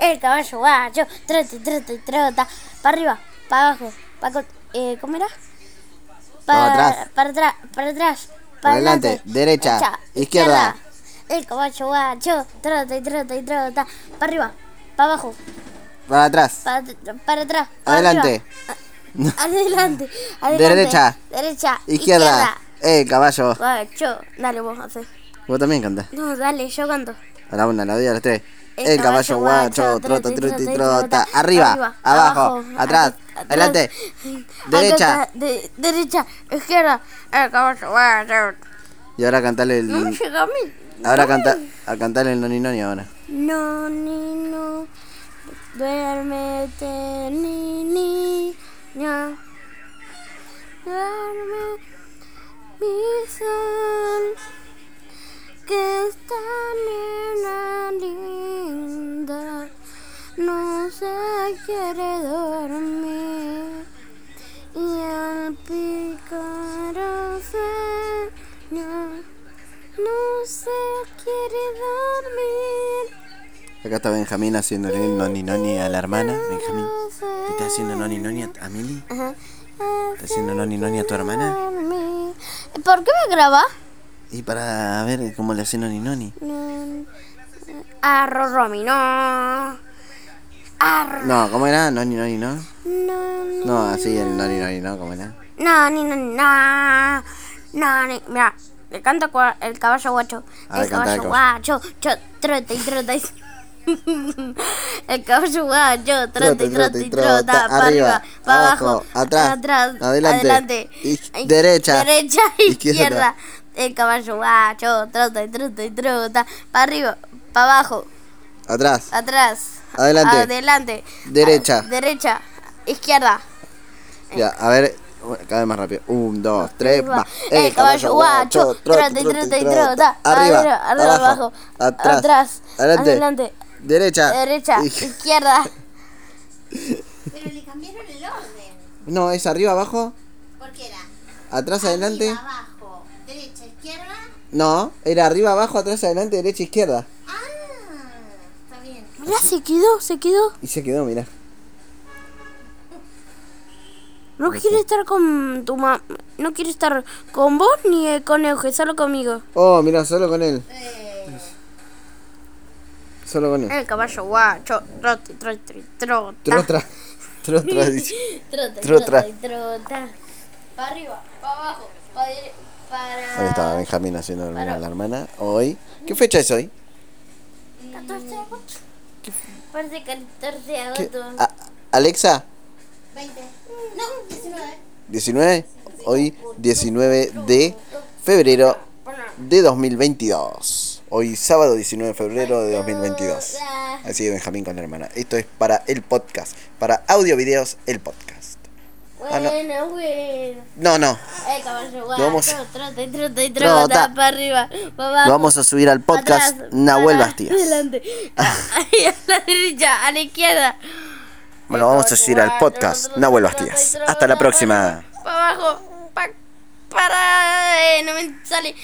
El caballo guacho, trota, trota, trota. Para arriba, para abajo, para. Eh, ¿Cómo era? Para atrás. Para atrás, para atrás. Para adelante, derecha, izquierda. El caballo guacho, trota y trota y trota. Para arriba, para abajo, Para atrás. para, at- para atrás. para Adelante. arriba. Adelante, adelante. Derecha. Derecha. Izquierda. Eh, caballo. Guacho, dale vos, hacer. Vos también cantás. No, dale, yo canto. A la una, a la dos, y a las tres. El caballo guacho, trota, trota y trota. Arriba, abajo, atrás, adelante. Derecha. Acá, de- derecha, izquierda, el caballo guacho. Y ahora cantarle No me el. llega a mí. Mm. Ahora canta, a cantarle el noni noni ahora. No, ni, no, duérmete, ni, ni, ya. Duerme, mi sol, que esta nena linda no se quiere dormir. Y al pícaro señor no se quiere dormir. Acá está Benjamín haciéndole el noni noni a la hermana. Benjamín. No se ¿Te estás haciendo noni noni a, a Mili? Ajá. ¿Estás haciendo noni noni a tu hermana? Dormir. ¿Por qué me graba? Y para ver cómo le hace noni noni. No. A Roromi, no. A Ro- No, ¿cómo era? Noni noni no. no, ni- No, así el noni noni no, ¿cómo era? No, ni, no, ni, no. No, ni- Mira, le canta cua- el caballo guacho. A ver, el Ah, canta caballo el guacho. cho- Trota y trota y... El caballo guacho, trota y trota y trota, para arriba, para abajo, atrás, adelante, adelante, iz- Ay, derecha, derecha, izquierda. izquierda, el caballo guacho, trota y trota y trota, para arriba, para abajo, Atrás. atrás, Adelante. adelante, Derecha. a- derecha, izquierda, Ya, a ver, bueno, cada vez más rápido. Un, dos, tres, va. El eh, caballo guacho, trota y trota y trota. Arriba, Arriba, arriba, abajo, abajo, atrás, atrás, adelante, Ah, adelante, derecha. derecha, Y- izquierda. Pero le cambiaron el orden. No, es arriba, abajo, Porque era atrás, adelante. arriba, abajo, derecha, izquierda. No, era arriba, abajo, atrás, adelante, derecha, izquierda. Ah, está bien. Mirá, se quedó, se quedó. Y se quedó, mirá. No quiere estar con tu mamá. No quiere estar con vos ni eh, con Euge, solo conmigo. Oh, mirá, solo con él, Eh, solo con él. El caballo guacho, trote, trote, trota. Trotra, trotra, dice. Trota, Trotra. trota, trota. Para arriba, para abajo, para... para... Ahí estaba Benjamín haciendo dormir a la hermana. Hoy, ¿qué fecha es hoy? 14 de agosto. Parece 14 de ¿Qué- Ah, agosto. A- Alexa, 20. No, 19. 19, hoy 19 de febrero de 2022. Hoy sábado 19 de febrero de 2022. Así es Benjamín con la hermana. Esto es para el podcast, para audio videos el podcast. Ah, no. Bueno, bueno. No, no, El caballo guacho, Lo vamos- trota y trota y Trota. trota. Para arriba, para abajo. lo vamos a subir al podcast Atrás, Nahuel para Bastías. Adelante. Ahí, a la derecha, a la izquierda. Bueno, vamos a subir al podcast Nahuel Bastías. Hasta la próxima. Para abajo. pa- para. eh, no me sale.